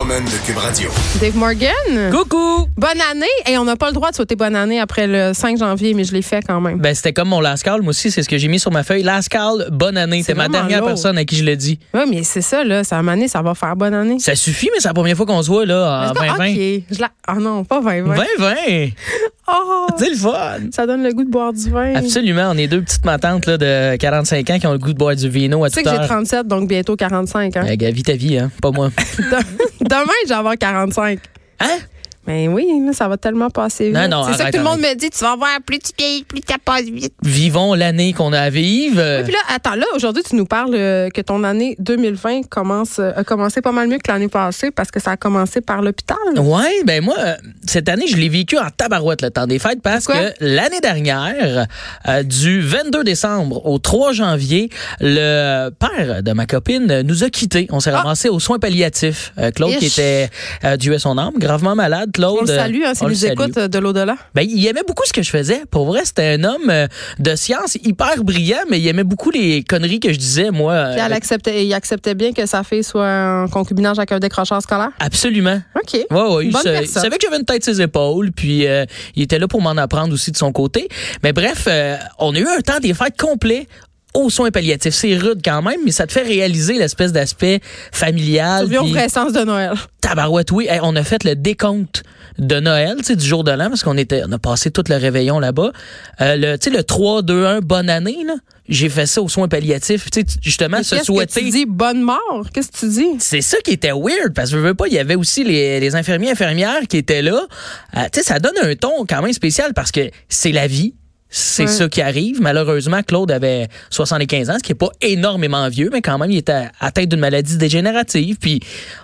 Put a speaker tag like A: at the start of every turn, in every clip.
A: Norman de Cube Radio.
B: Dave Morgan.
C: Coucou!
B: Bonne année. Et on n'a pas le droit de souhaiter bonne année après le 5 janvier, mais je l'ai fait quand même.
C: Ben, c'était comme mon last call, moi aussi, c'est ce que j'ai mis sur ma feuille. Last call, bonne année.
B: C'est
C: C'est ma
B: vraiment
C: dernière
B: lourd.
C: personne à qui je le dis.
B: Oui, mais c'est ça, là. Ça, à un moment donné, ça va faire bonne année.
C: Ça suffit, mais c'est la première fois qu'on se voit, là, en
B: Ah,
C: 2020.
B: OK. Je la... Ah non, pas 20, 20.
C: 2020!
B: Oh,
C: C'est le fun!
B: ça donne le goût de boire du vin.
C: Absolument, on est deux petites matantes là, de 45 ans qui ont le goût de boire du vino à
B: Tu sais
C: toute
B: que j'ai
C: heure.
B: 37, donc bientôt 45. Hein?
C: Eh, gars, vis ta vie, hein? pas moi.
B: De- Demain, je vais avoir 45.
C: Hein?
B: Ben oui, là, ça va tellement passer vite.
C: Non, non,
B: c'est ça que
C: arrête,
B: tout le monde me dit. Tu vas voir, plus tu vieillis, plus ça passe vite.
C: Vivons l'année qu'on a à vivre.
B: Et puis là, attends, là, aujourd'hui, tu nous parles euh, que ton année 2020 commence, euh, a commencé pas mal mieux que l'année passée parce que ça a commencé par l'hôpital.
C: Ouais, ben moi, euh, cette année, je l'ai vécu en tabarouette le temps des fêtes parce
B: Pourquoi?
C: que l'année dernière, euh, du 22 décembre au 3 janvier, le père de ma copine nous a quittés. On s'est
B: Ah!
C: ramassé aux soins palliatifs. Euh, Claude qui
B: Ish.
C: était, euh, Dieu est son âme, gravement malade. Claude, euh,
B: On le salue, hein,
C: on
B: s'il
C: le
B: nous
C: salue.
B: écoute euh, de l'au-delà.
C: Ben, il aimait beaucoup ce que je faisais. Pour vrai, c'était un homme euh, de science hyper brillant, mais il aimait beaucoup les conneries que je disais, moi. euh,
B: Puis elle acceptait, il acceptait bien que sa fille soit en concubinage avec un décrocheur scolaire.
C: Absolument.
B: OK.
C: Ouais, ouais, il,
B: Bonne
C: sa- il
B: personne.
C: savait que j'avais une tête sur ses épaules, puis euh, il était là pour m'en apprendre aussi de son côté. Mais bref, euh, on a eu un temps des fêtes complet aux soins palliatifs. C'est rude quand même, mais ça te fait réaliser l'espèce d'aspect familial.
B: Survie au
C: puis-
B: vrai sens de Noël.
C: Tabarouette, oui. Hey, on a fait le décompte de Noël, tu sais, du jour de l'an, parce qu'on était, on a passé tout le réveillon là-bas. Euh, le, tu sais, le 3, 2, 1, bonne année, là. J'ai fait ça aux soins palliatifs. Tu sais, tu- justement, se
B: Qu'est-ce que
C: souhaiter.
B: tu dis? Bonne mort? Qu'est-ce que tu dis?
C: C'est ça qui était weird, parce que je veux pas, il y avait aussi les, les infirmiers infirmières qui étaient là. Euh, tu sais, ça donne un ton quand même spécial parce que c'est la vie. C'est
B: Ouais.
C: ça qui arrive. Malheureusement, Claude avait 75 ans, ce qui est pas énormément vieux, mais quand même, il était atteint d'une maladie dégénérative. Puis,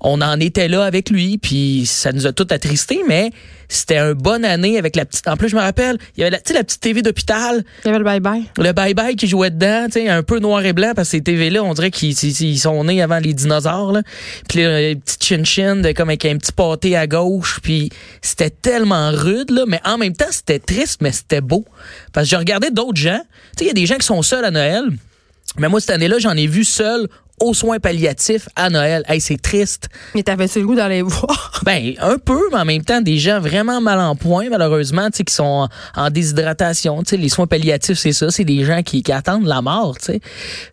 C: on en était là avec lui, puis ça nous a tout attristés, mais c'était une bonne année avec la petite... En plus, je me rappelle, il y avait la, tu sais, la petite TV d'hôpital,
B: Il y avait le bye-bye.
C: le bye-bye qui jouait dedans, tu sais, un peu noir et blanc, parce que ces TV-là, on dirait qu'ils ils- ils sont nés avant les dinosaures, là. Puis là, les petits chin-chin, de- comme avec un petit pâté à gauche, puis c'était tellement rude, là, mais en même temps, c'était triste, mais c'était beau. Parce que je regardais d'autres gens, tu sais, il y a des gens qui sont seuls à Noël, mais moi, cette année-là, j'en ai vu seul aux soins palliatifs à Noël. Hey, c'est triste.
B: Mais t'avais-tu le goût d'aller voir?
C: Ben, un peu, mais en même temps, des gens vraiment mal en point, malheureusement, tu sais, qui sont en, en déshydratation. Tu sais, les soins palliatifs, c'est ça. C'est des gens qui, qui attendent la mort, tu sais.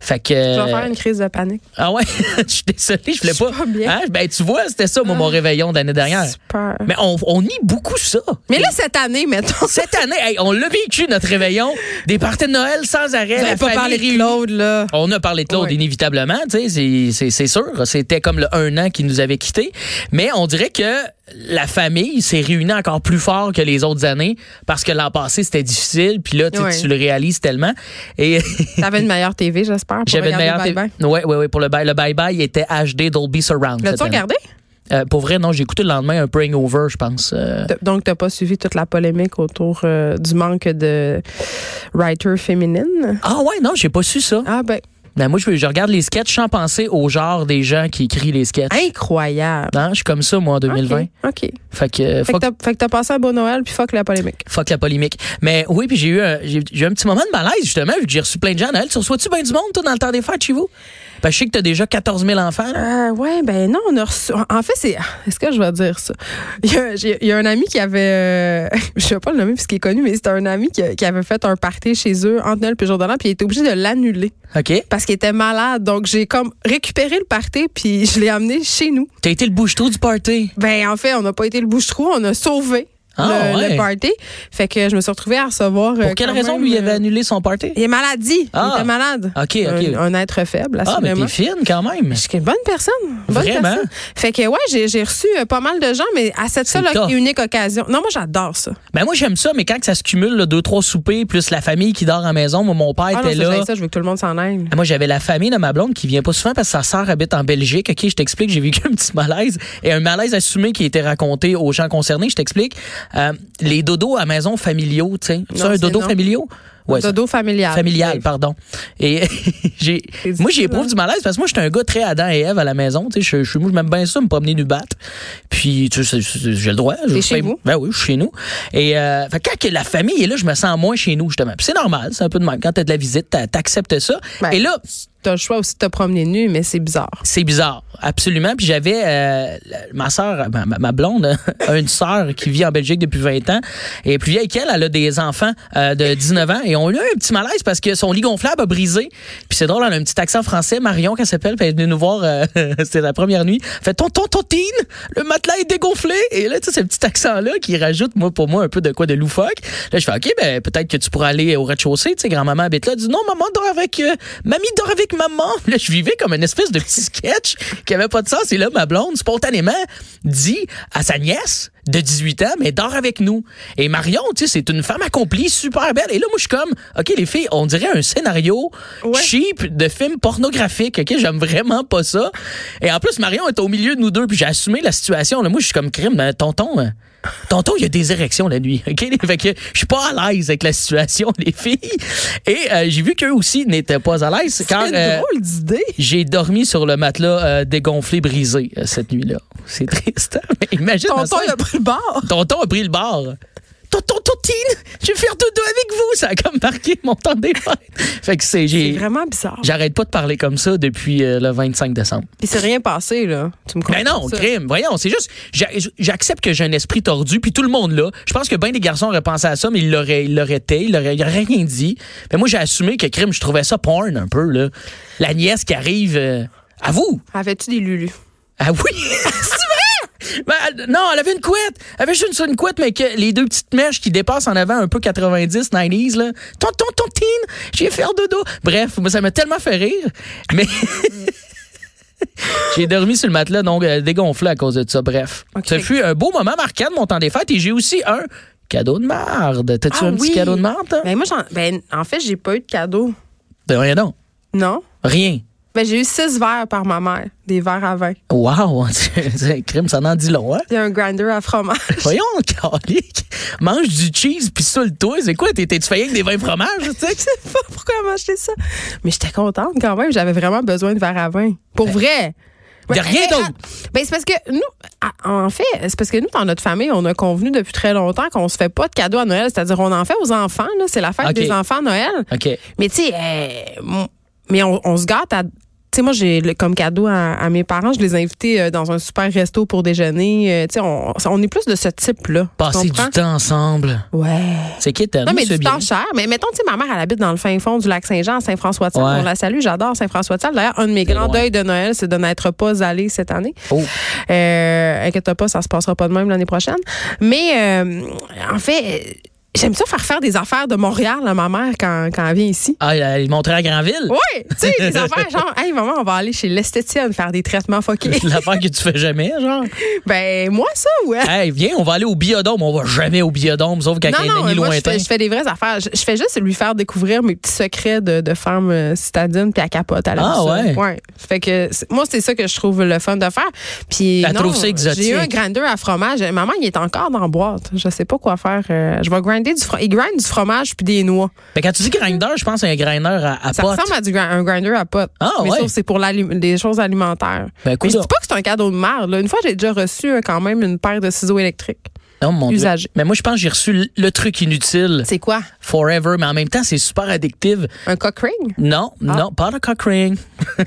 C: Fait que...
B: Je vais faire une crise de panique.
C: Ah ouais, je suis désolé, je voulais
B: Je suis
C: pas...
B: pas bien. Ah.
C: Hein? Ben, tu vois, c'était ça, moi, mon réveillon d'année dernière.
B: Super. Mais,
C: Mais on, on nie beaucoup ça.
B: là, cette année, mettons.
C: Cette année, hey, on l'a vécu, notre réveillon. Des parties de Noël sans arrêt.
B: J'avais
C: la
B: pas
C: famille
B: parlé de
C: réunie.
B: Claude, là.
C: On a parlé de Claude
B: Ouais.
C: inévitablement, tu sais, c'est- c'est c'est sûr. C'était comme le un an qui nous avait quittés. Mais on dirait que la famille s'est réunie encore plus fort que les autres années parce que l'an passé, c'était difficile. Puis là, tu sais,
B: Ouais.
C: tu le réalises tellement. Et
B: T'avais une meilleure TV, j'espère. pour
C: j'avais une
B: regarder
C: meilleure...
B: le bye-bye.
C: Oui, oui, oui. Pour le bye-bye, le bye -bye, il était HD Dolby Surround. cette
B: L'as-tu
C: année.
B: regardé?
C: Euh, pour vrai, non, j'ai écouté le lendemain un Bring Over, je pense. Euh,
B: T'as- Donc, t'as pas suivi toute la polémique autour euh, du manque de writers féminines?
C: Ah ouais, non, j'ai pas su ça.
B: Ah, ben,
C: Ben, moi, je, je regarde les sketchs sans penser au genre des gens qui écrivent les sketchs.
B: incroyable.
C: Hein, je suis comme ça, moi, en 2020.
B: Ah, OK. ok.
C: Fait que, euh,
B: Fait
C: fuck
B: que t'as- Fait que t'as passé un beau Noël, puis fuck la polémique.
C: Fuck la polémique. Mais oui, puis j'ai eu, un- j'ai j'ai eu un petit moment de malaise, justement, vu que j'ai reçu plein de gens à Noël. Tu reçois-tu bien du monde, toi, dans le temps des fêtes chez vous? Parce que je sais que t'as déjà 14 000 enfants, là.
B: Euh, ouais, ben non, on a reçu. en- En fait, c'est. Est-ce que je vais dire ça? Il y a, j'ai- il y a un ami qui avait. euh, je vais pas le nommer puisqu'il est connu, mais c'était un ami qui, a- qui avait fait un party chez eux entre Noël puis le jour de l'an, puis il était obligé de l'annuler
C: OK?
B: parce qu'il était malade. Donc, j'ai comme récupéré le party, puis je l'ai amené chez nous.
C: T'as été le bouche-trou du party.
B: Ben, en fait, on n'a pas été le bouche-trou, on a sauvé
C: Ah,
B: le, le
C: ouais.
B: party. Fait que je me suis retrouvée à recevoir. euh,
C: Pour quelle
B: quand
C: raison,
B: même,
C: lui, il
B: euh,
C: avait annulé son party?
B: Il est maladie.
C: Ah.
B: Il était malade.
C: OK,
B: Un,
C: OK.
B: un être faible,
C: ah, mais
B: assurément.
C: t'es fine, quand même.
B: Ben, Je suis une bonne personne. Bonne
C: Vraiment?
B: personne. Fait que, ouais, j'ai j'ai reçu euh, pas mal de gens, mais à cette
C: C'est
B: seule
C: tough.
B: et unique occasion. Non, moi, j'adore ça.
C: Ben, moi, j'aime ça, mais quand que ça se cumule, là, deux, trois soupers, plus la famille qui dort à la maison, moi, mon père
B: Ah non,
C: était
B: ça,
C: là.
B: j'aime ça, je veux que tout le monde s'en aille.
C: Ah, Moi, j'avais la famille de ma blonde qui vient pas souvent parce que sa sœur habite en Belgique. OK, je t'explique, j'ai vécu un petit malaise et un malaise assumé qui a été raconté aux gens concernés. Je t'explique. Euh, les dodos à maison familiaux, tu sais. Tu sais,
B: Non,
C: un
B: c'est
C: dodo
B: non.
C: familiaux? Ouais, ça-
B: Dodo familial.
C: familial, pardon. Et
B: C'est
C: j'ai,
B: difficile,
C: moi, j'éprouve
B: hein?
C: du malaise parce que moi, j'étais un gars très Adam et Ève à la maison. Tu sais, je, je, moi, j'aime bien ça, me promener du battre. Puis, tu sais, c'est- c'est- j'ai le droit. Je
B: T'es chez
C: fais-
B: vous?
C: Ben oui, je suis chez nous. Et euh, fait, quand que la famille est là, je me sens moins chez nous, justement. Puis c'est normal, c'est un peu de mal. Quand t'as de la visite, t'a- t'acceptes ça.
B: Ben,
C: Et là,
B: T'as le choix aussi de te promener nu, mais c'est bizarre.
C: c'est bizarre, absolument. Puis j'avais euh, la- ma soeur, ma, ma- ma blonde, a une soeur qui vit en Belgique depuis 20 ans. Et plus vieille qu'elle, elle a des enfants euh, de 19 ans. Et on lui a eu un petit malaise parce que son lit gonflable a brisé. Puis c'est drôle, elle a un petit accent français, Marion qu'elle s'appelle, puis elle est venue nous voir, euh, c'était la première nuit. Elle Fait tonton, tontine, le matelas est dégonflé. Et là, tu sais, ce petit accent-là qui rajoute, moi, pour moi, un peu de quoi de loufoque. Là, je fais, OK, ben, peut-être que tu pourras aller au rez-de-chaussée. Tu sais, grand-maman habite là. Elle dit, non, maman dort avec, euh, mamie dort avec maman. Là, je vivais comme une espèce de petit sketch qui avait pas de sens. Et là, ma blonde, spontanément, dit à sa nièce de 18 ans, mais dort avec nous. Et Marion, tu sais, c'est une femme accomplie, super belle. Et là, moi, je suis comme, OK, les filles, on dirait un scénario
B: Ouais.
C: cheap de film pornographique. OK, j'aime vraiment pas ça. Et en plus, Marion est au milieu de nous deux, puis j'ai assumé la situation. Là, moi, je suis comme crime, ben, tonton. euh, Tonton, il y a des érections la nuit. OK? Fait que je suis pas à l'aise avec la situation, les filles. Et euh, j'ai vu qu'eux aussi n'étaient pas à l'aise quand
B: c'est
C: euh,
B: une drôle d'idée.
C: j'ai dormi sur le matelas euh, dégonflé, brisé euh, cette nuit-là. C'est triste. hein? Mais imagine. ma
B: Tonton,
C: soeur-
B: il a pris le bord.
C: Tonton a pris le bar. Tonton, tontine, je vais faire dodo avec vous. Ça a comme marqué mon temps des fêtes. Fait que c'est.
B: C'est
C: j'ai-
B: vraiment bizarre.
C: J'arrête pas de parler comme ça depuis euh, le 25 décembre.
B: Il s'est rien passé, là. Tu me comprends?
C: Ben non,
B: ça?
C: crime. Voyons, c'est juste, j'a- j'accepte que j'ai un esprit tordu, puis tout le monde là. Je pense que ben des garçons auraient pensé à ça, mais ils l'auraient, ils l'auraient été, ils l'auraient- ils auraient rien dit. Mais moi, j'ai assumé que crime, je trouvais ça porn un peu là. La nièce qui arrive, euh, à vous.
B: Avais-tu des lulus?
C: Ah oui, c'est vrai. Ben, elle- non, elle avait une couette. Elle avait juste une, une couette, mais que les deux petites mèches qui dépassent en avant un peu 90, 90s, là. Tonton, tontine, j'ai fait dodo. Bref, moi, ça m'a tellement fait rire. Mais. J'ai dormi sur le matelas, donc euh, dégonflé à cause de ça. Bref,
B: Ok.
C: ce fut un beau moment marquant de mon temps des fêtes et j'ai aussi un cadeau de marde. T'as-tu
B: Ah
C: un petit
B: oui.
C: cadeau de marde? toi?
B: Ben moi, j'en- ben, en fait, j'ai pas eu de cadeau.
C: Ben, rien non.
B: Non?
C: Rien.
B: Ben, j'ai eu six verres par ma mère, des verres à vin.
C: Wow, c'est un crime, ça en dit long, hein?
B: Puis un grinder à fromage.
C: Voyons, calique. Mange du cheese puis ça le toi. C'est quoi? T'es- T'es-tu failli avec des vins fromages? tu sais?
B: Je sais pas pourquoi elle m'a acheté ça. Mais j'étais contente quand même. J'avais vraiment besoin de verre à vin. Pour vrai.
C: de Ben, rien
B: eh,
C: d'autre.
B: ah, Ben, c'est parce que nous, ah, en fait, c'est parce que nous, dans notre famille, on a convenu depuis très longtemps qu'on se fait pas de cadeaux à Noël. C'est-à-dire, on en fait aux enfants, là. C'est la fête
C: Ok.
B: des enfants, Noël.
C: OK.
B: Mais tu sais, euh, mon- mais on, on se gâte à. Tu sais, moi, j'ai le- comme cadeau à, à mes parents, je les ai invités euh, dans un super resto pour déjeuner. Euh, tu sais, on, on est plus de ce type-là. tu
C: Passer
B: comprends?
C: du temps ensemble.
B: Ouais.
C: C'est qui
B: Non, mais
C: c'est
B: du
C: bien.
B: temps cher. Mais mettons, tu sais, ma mère, elle habite dans le fin fond du lac Saint-Jean, à Saint-François-de-Sales.
C: Ouais.
B: On la salue, j'adore Saint-François-de-Sales. D'ailleurs, un de mes
C: C'est
B: grands
C: loin.
B: deuils de Noël, c'est de n'être pas allé cette année.
C: Oh.
B: Euh, inquiète pas, ça se passera pas de même l'année prochaine. Mais euh, en fait, euh, j'aime ça faire faire des affaires de Montréal à ma mère quand, quand elle vient ici.
C: Ah, il a- il montrait à Granville?
B: Oui, tu sais, des affaires genre, hey maman, on va aller chez l'esthétienne faire des traitements fuckés.
C: L'affaire que tu fais jamais, genre.
B: ben, moi, ça, ouais.
C: hey, viens, on va aller au biodôme. On va jamais au biodôme, sauf quand il y a un
B: non, non,
C: ami
B: moi, je
C: lointain.
B: fais, je fais des vraies affaires. Je, je fais juste lui faire découvrir mes petits secrets de, de femme euh, citadine, puis à capote à la
C: Ah, ouais?
B: ouais. Fait que c'est- moi, c'est ça que je trouve le fun de faire. Puis
C: Elle
B: non,
C: trouve ça exotique.
B: J'ai eu un grinder à fromage. Maman, il est encore dans la boîte. Je sais pas quoi faire. Euh, je vais grinder du fromage. Il grind du fromage puis des noix.
C: Mais quand tu dis grinder, je pense à un grinder à, à
B: Ça
C: potes.
B: ressemble à du grin- un grinder à pote.
C: Ah,
B: mais
C: ouais.
B: sauf que c'est pour l'ali- des choses alimentaires.
C: Ben,
B: Mais je
C: coudonc.
B: dis pas que c'est un cadeau de merde. là. Une fois, j'ai déjà reçu euh, quand même une paire de ciseaux électriques
C: Non, mon Dieu.
B: usagés.
C: Mais moi, je pense que j'ai reçu le- le truc inutile
B: C'est quoi?
C: forever, mais en même temps, c'est super addictif.
B: Un cock ring?
C: Non, non, pas de cock ring.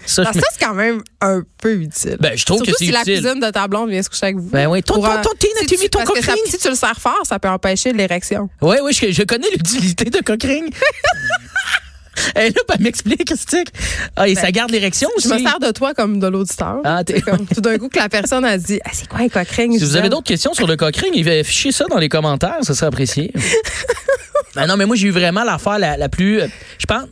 C: ça, je
B: Alors, Ah. ça, c'est quand même un peu utile.
C: Ben, je trouve
B: Surtout
C: que c'est
B: si la
C: utile.
B: cuisine de ta blonde vient se coucher avec vous.
C: Ben oui. Ton-
B: Pour,
C: ton-
B: euh,
C: ton- t'es-
B: si
C: tu
B: tu-
C: mets ton
B: parce que ça-
C: coquering.
B: Si tu le sers fort, ça peut empêcher l'érection.
C: Oui, oui, je, je connais l'utilité de Cochrane. Et là, elle m'explique, Stick. Ah, et ça garde l'érection
B: Ben, Je
C: aussi.
B: me sers de toi comme de l'auditeur.
C: Ah, t'es-
B: C'est comme tout d'un coup que la personne a dit ah, c'est quoi un coquering
C: Si vous avez d'autres questions sur le Cochrane, il- fichez ça dans les commentaires, ça serait apprécié. Ah non, mais moi, j'ai eu vraiment l'affaire la, la plus. euh, Je pense,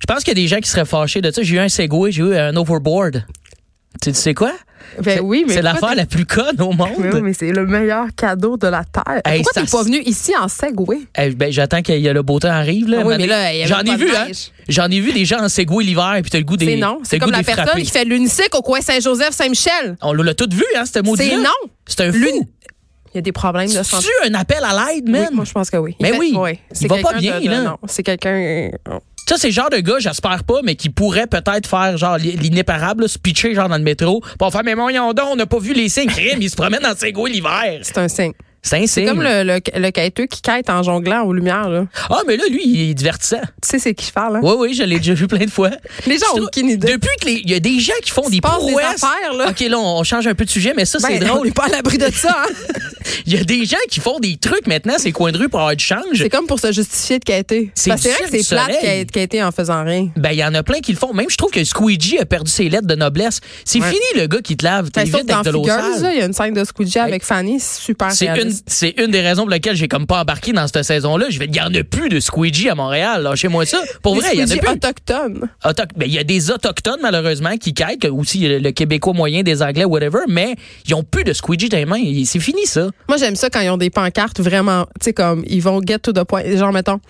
C: je pense qu'il y a des gens qui seraient fâchés de ça. J'ai eu un Segway, j'ai eu un Overboard. Tu tu sais quoi?
B: Ben oui, mais
C: C'est
B: pourquoi
C: l'affaire la plus conne au
B: t'es- Mais oui,
C: monde.
B: mais c'est le meilleur cadeau de la terre.
C: Hey,
B: Pourquoi
C: ça
B: t'es pas venu ici en Segway?
C: Eh, ben, J'attends qu'il y a le beau temps arrive. Là,
B: Ah oui,
C: Un
B: mais
C: moment
B: là, il y
C: donné-
B: avait
C: J'en ai
B: pas de
C: vu, hein?
B: neige.
C: J'en ai vu des gens en Segway l'hiver, puis t'as le goût des.
B: C'est non.
C: t'as
B: C'est
C: le
B: comme
C: goût
B: la
C: des
B: personne
C: frapper.
B: qui fait l'unicycle au coin Saint-Joseph-Saint-Michel.
C: On l'a tout vu, hein, c'était maudit.
B: C'est non.
C: C'est un fou.
B: L'une- Il y a des problèmes de santé.
C: Tu un appel à l'aide,
B: Oui,
C: man?
B: moi, je pense que oui.
C: Ben
B: fait-
C: oui.
B: ouais.
C: Il
B: C'est
C: va pas
B: quelqu'un de-
C: bien,
B: de-
C: là.
B: Non, c'est quelqu'un. euh,
C: Ça, c'est le genre de gars, j'espère pas, mais qui pourrait peut-être faire genre l'i- l'inéparable, là, se pitcher genre dans le métro, pour faire Mais mon donc, on n'a pas vu les signes crime, il se promène dans ses gouilles l'hiver.
B: C'est un signe.
C: C'est un
B: C'est
C: signe.
B: comme le, le, le quêteux qui quête en jonglant aux lumières, là.
C: Ah, mais là, lui, il est divertissant.
B: Tu sais, c'est qui parle, hein?
C: Oui, oui, je l'ai déjà vu plein de fois.
B: Les gens
C: Je
B: ont
C: trouve-
B: aucune idée.
C: Depuis que les- il y a des gens qui font
B: Il se
C: des
B: passe des
C: prouesses.
B: affaires, là.
C: OK, là, on change un peu de sujet, mais ça, c'est
B: Ben, On
C: drôle.
B: n'est pas à l'abri de ça, hein?
C: Il y a des gens qui font des trucs maintenant, ces coins de rue pour avoir du change.
B: C'est comme pour se justifier de quêter.
C: C'est
B: Parce que C'est vrai
C: du
B: que c'est
C: cirque du
B: plate
C: soleil.
B: quê- quêter en faisant rien.
C: Ben, il y en a plein qui le font. Même, je trouve que Squeegee a perdu ses lettres de noblesse. C'est
B: Ouais.
C: fini, le gars qui te lave.
B: Ben,
C: T'es
B: sauf
C: vite
B: dans
C: avec de l'eau
B: Figures,
C: sale.
B: là, il y a une scène de Squeegee avec Fanny, Ah, c'est super
C: C'est une,
B: réaliste.
C: c'est une des raisons pour lesquelles j'ai comme pas embarqué dans cette saison-là. Je vais te garder plus de Squeegee à Montréal. Lâchez-moi ça. Pour
B: Les
C: vrai, il y en a
B: Squeegee
C: plus.
B: autochtones.
C: Auto- ben, il y a des autochtones, malheureusement, qui quittent, que aussi le, le Québécois moyen, des Anglais, whatever, mais ils ont plus de squeegee dans les mains. Et C'est fini, ça.
B: Moi, j'aime ça quand ils ont des pancartes vraiment, tu sais, comme ils vont get to the point. Genre, mettons,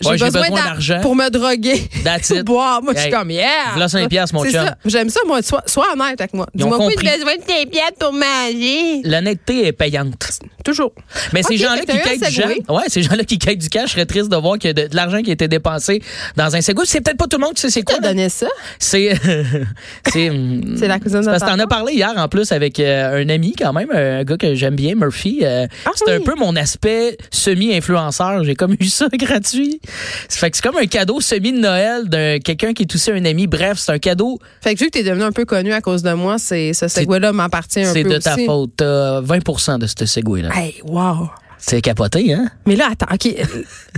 B: j'ai
C: Ouais, j'ai
B: besoin,
C: besoin
B: d'a-
C: d'argent.
B: pour me droguer,
C: That's
B: pour
C: it.
B: boire. Moi, je suis
C: Hey,
B: comme, yeah!
C: voilà 5 piastres, mon
B: C'est
C: chum.
B: ça. J'aime ça, moi. Sois, sois honnête avec moi.
C: Ils ont
B: Dis-moi, oui,
C: compris.
B: j'ai besoin de tes pièces pour manger.
C: L'honnêteté est payante.
B: Toujours.
C: Mais ces
B: Ok,
C: gens-là
B: fait
C: qui
B: que t'as eu un
C: quittent du
B: segway.
C: gens- ouais, ces gens-là qui quittent du cash, je serais triste de voir qu'il y a de, de l'argent qui a été dépensé dans un segway. C'est peut-être pas tout le monde qui sait c'est quoi.
B: T'as
C: là.
B: donné ça?
C: C'est, c'est, hum,
B: C'est la cousine de
C: Parce que
B: ta
C: t'en as parlé hier en plus avec euh, un ami quand même, un gars que j'aime bien, Murphy. Euh,
B: Ah
C: c'est un
B: oui.
C: peu mon aspect semi-influenceur. J'ai comme eu ça gratuit. Ça fait que c'est comme un cadeau semi de Noël d'un quelqu'un qui est aussi un ami. Bref, c'est un cadeau.
B: Fait que vu que t'es devenu un peu connu à cause de moi, c'est, ce segway-là m'appartient un peu
C: C'est de ta
B: aussi. Ah.
C: faute. T'as 20 de ce segway là.
B: Hey, wow!
C: C'est capoté, hein?
B: Mais là, attends, OK.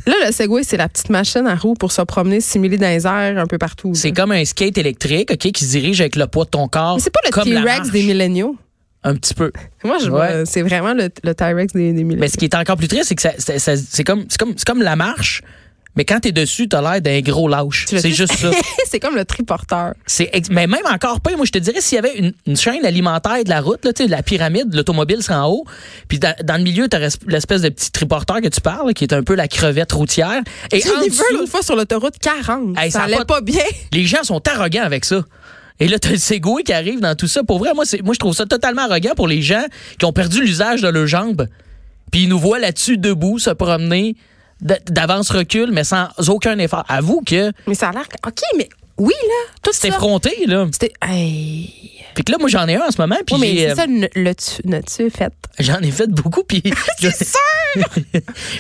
B: là, le Segway, c'est la petite machine à roues pour se promener, simuler dans les airs un peu partout. là.
C: C'est comme un skate électrique, OK, qui se dirige avec le poids de ton corps.
B: Mais c'est pas le
C: comme la
B: T-Rex
C: marche.
B: des milléniaux.
C: Un petit peu.
B: Moi, je
C: Ouais.
B: vois, c'est vraiment le, le T-Rex des, des
C: Mais
B: milléniaux.
C: ce qui est encore plus triste, c'est que ça- ça- ça- c'est comme, c'est comme, c'est comme la marche, mais quand t'es dessus, t'as l'air d'un gros lâche.
B: Tu l'as
C: C'est
B: dit?
C: juste ça.
B: c'est comme le triporteur.
C: C'est ex- mais même encore pas. Moi, je te dirais, s'il y avait une, une chaîne alimentaire de la route, là, tu sais, la pyramide, l'automobile serait en haut, puis dans, dans le milieu, t'as l'espèce de petit triporteur que tu parles, là, qui est un peu la crevette routière. Et en
B: J'ai vu
C: dessous,
B: l'autre fois sur l'autoroute 40.
C: Hey,
B: ça,
C: ça a
B: allait
C: pas-
B: pas, bien.
C: les gens sont arrogants avec ça. Et là, t'as le Segway qui arrive dans tout ça. Pour vrai, moi, c'est- moi je trouve ça totalement arrogant pour les gens qui ont perdu l'usage de leurs jambes. Puis ils nous voient là-dessus, debout, se promener, d- d'avance-recul, mais sans aucun effort. Avoue que
B: Mais ça a l'air. que- OK, mais oui, là. Tout ça.
C: c'est effronté, là.
B: C'était. Hey.
C: Puis que là, moi, j'en ai un en ce moment, puis
B: Ouais, mais
C: j'ai,
B: c'est
C: euh,
B: ça, ne- le tu- n'as-tu fait?
C: j'en ai fait beaucoup, puis...
B: C'est sûr!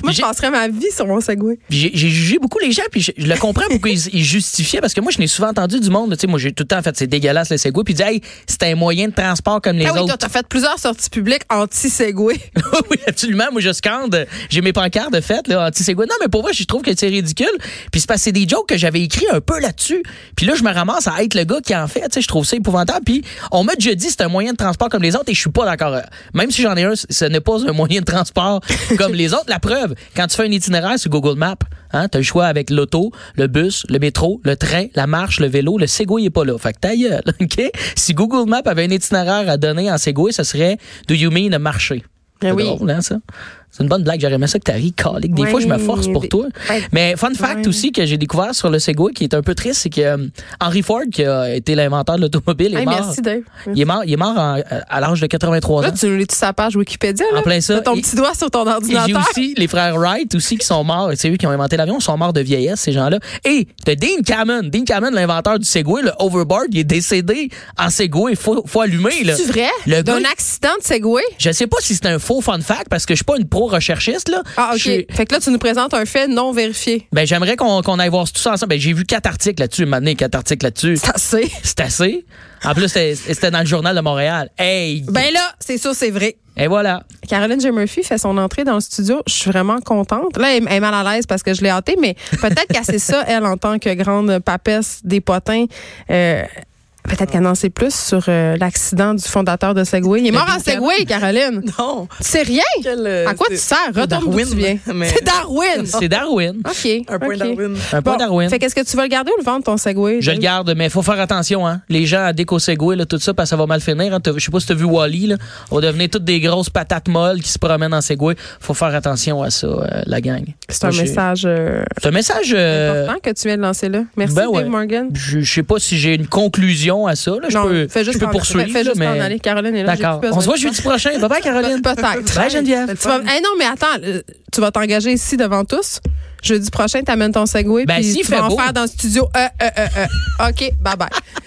B: Moi, je
C: J'ai-
B: passerais ma vie sur mon Segway.
C: Puis j'ai j'ai jugé beaucoup les gens, puis je, je le comprends pourquoi ils, ils justifiaient, parce que moi, je l'ai souvent entendu du monde, tu sais, moi, j'ai tout le temps fait, c'est dégueulasse le Segway, puis ils disaient, hey, c'est un moyen de transport comme les
B: Ah oui,
C: autres.
B: toi, t'as fait plusieurs sorties publiques anti-Segway.
C: oui, absolument, moi, je scande, j'ai mes pancartes de fête, là, Ah, anti-Segway. Non, mais pour moi, je trouve que c'est ridicule, puis c'est parce que c'est des jokes que j'avais écrit un peu là-dessus, puis là, je me ramasse à être le gars qui en fait, tu sais, je trouve ça épouvantable, puis on m'a déjà dit, c'est un moyen de transport comme les autres, et je suis pas d'accord. Euh, Même si j'en ai un, c- ce n'est pas un moyen de transport comme les autres. La preuve, quand tu fais un itinéraire sur Google Maps, hein, t'as le choix avec l'auto, le bus, le métro, le train, la marche, le vélo, le Segway est pas là. Fait que ta gueule, OK? Si Google Maps avait un itinéraire à donner en Segway, ce serait Do you mean marché? C'est
B: Ben oui.
C: drôle, hein, ça? C'est une bonne blague. J'aurais aimé ça que t'as ri, calique. Des
B: Ouais,
C: fois, je me force pour
B: des-
C: toi.
B: ouais.
C: Mais fun fact
B: Ouais.
C: aussi que j'ai découvert sur le Segway qui est un peu triste, c'est que euh, Henry Ford, qui a été l'inventeur de l'automobile, est
B: Hey,
C: mort.
B: Ah, merci, Ah, Dave.
C: Il est mort, il est mort en- euh, à l'âge de 83 ans.
B: Là, tu nous lis tout sa page Wikipédia.
C: En
B: Là.
C: plein ça.
B: T'as ton
C: Et-
B: petit doigt sur ton
C: et j'ai
B: ordinateur.
C: aussi les frères Wright aussi qui sont morts, c'est eux qui ont inventé l'avion, sont morts de vieillesse ces gens-là. Et t'as Dean Cameron, Dean Cameron l'inventeur du Segway, le Overboard, il est décédé en Segway, faut, faut allumer là.
B: C'est vrai?
C: Le
B: D'un
C: gars-
B: accident de Segway?
C: Je sais pas si c'est un faux fun fact parce que je suis pas une pro recherchiste là.
B: Ah, OK.
C: Je suis-
B: Fait que là, tu nous présentes un fait non vérifié.
C: Ben j'aimerais qu'on qu'on aille voir tout ça ensemble. Ben j'ai vu quatre articles là-dessus, maintenant quatre articles là-dessus.
B: C'est assez.
C: C'est assez. En plus c'était- c'était dans le journal de Montréal. Hey.
B: Ben là, c'est sûr, c'est vrai.
C: Et voilà.
B: Caroline J. Murphy fait son entrée dans le studio. Je suis vraiment contente. Là, elle elle est mal à l'aise parce que je l'ai hâtée, mais peut-être qu'elle sait ça, elle, en tant que grande papesse des potins. Euh, peut-être qu'elle en sait plus sur euh, l'accident du fondateur de Segway. Il est mort en Segway, Caroline.
A: Non.
B: Tu sais rien?
A: Quel, euh,
B: À Oh. quoi tu
A: c'est
B: sers? Retourne d'où tu viens.
A: Darwin, mais-
B: C'est Darwin!
C: C'est Darwin.
B: OK.
A: Un point
B: ok.
A: Darwin.
C: Un point
B: Bon,
C: Darwin.
B: Fait qu'est-ce que tu vas le garder ou le vendre, ton Segway?
C: Je le garde, mais faut faire attention, hein. Les gens à déco Segway, là, tout ça, parce que ça va mal finir. hein. T'as- Je sais pas si t'as vu Wally, là. On va devenir toutes des grosses patates molles qui se promènent en Segway. Faut faire attention à ça, euh, la gang.
B: C'est un
C: Moi, j'ai-
B: message euh,
C: C'est un message. euh,
B: important que tu viens de lancer là. Merci,
C: ben ouais.
B: Dave Morgan.
C: je je sais pas si j'ai une conclusion non à ça. là. Je
B: Non,
C: peux,
B: fais juste
C: je peux
B: t'en-
C: poursuivre.
B: Fais, fais juste
C: là,
B: t'en
C: mais-
B: aller. Caroline est là. j'ai
C: D'accord.
B: plus besoin
C: On se voit
B: de
C: jeudi prochain. Bye bye, Caroline.
B: Pe- Peut-être.
C: Bye, Geneviève.
B: Tu vas- Hey, non, mais attends, euh, tu vas t'engager ici devant tous. Jeudi prochain, t'amènes ton Segway.
C: Ben,
B: puis
C: s'il
B: tu
C: fait
B: vas en
C: beau.
B: faire dans le studio. Euh, euh, euh, euh. OK, bye bye.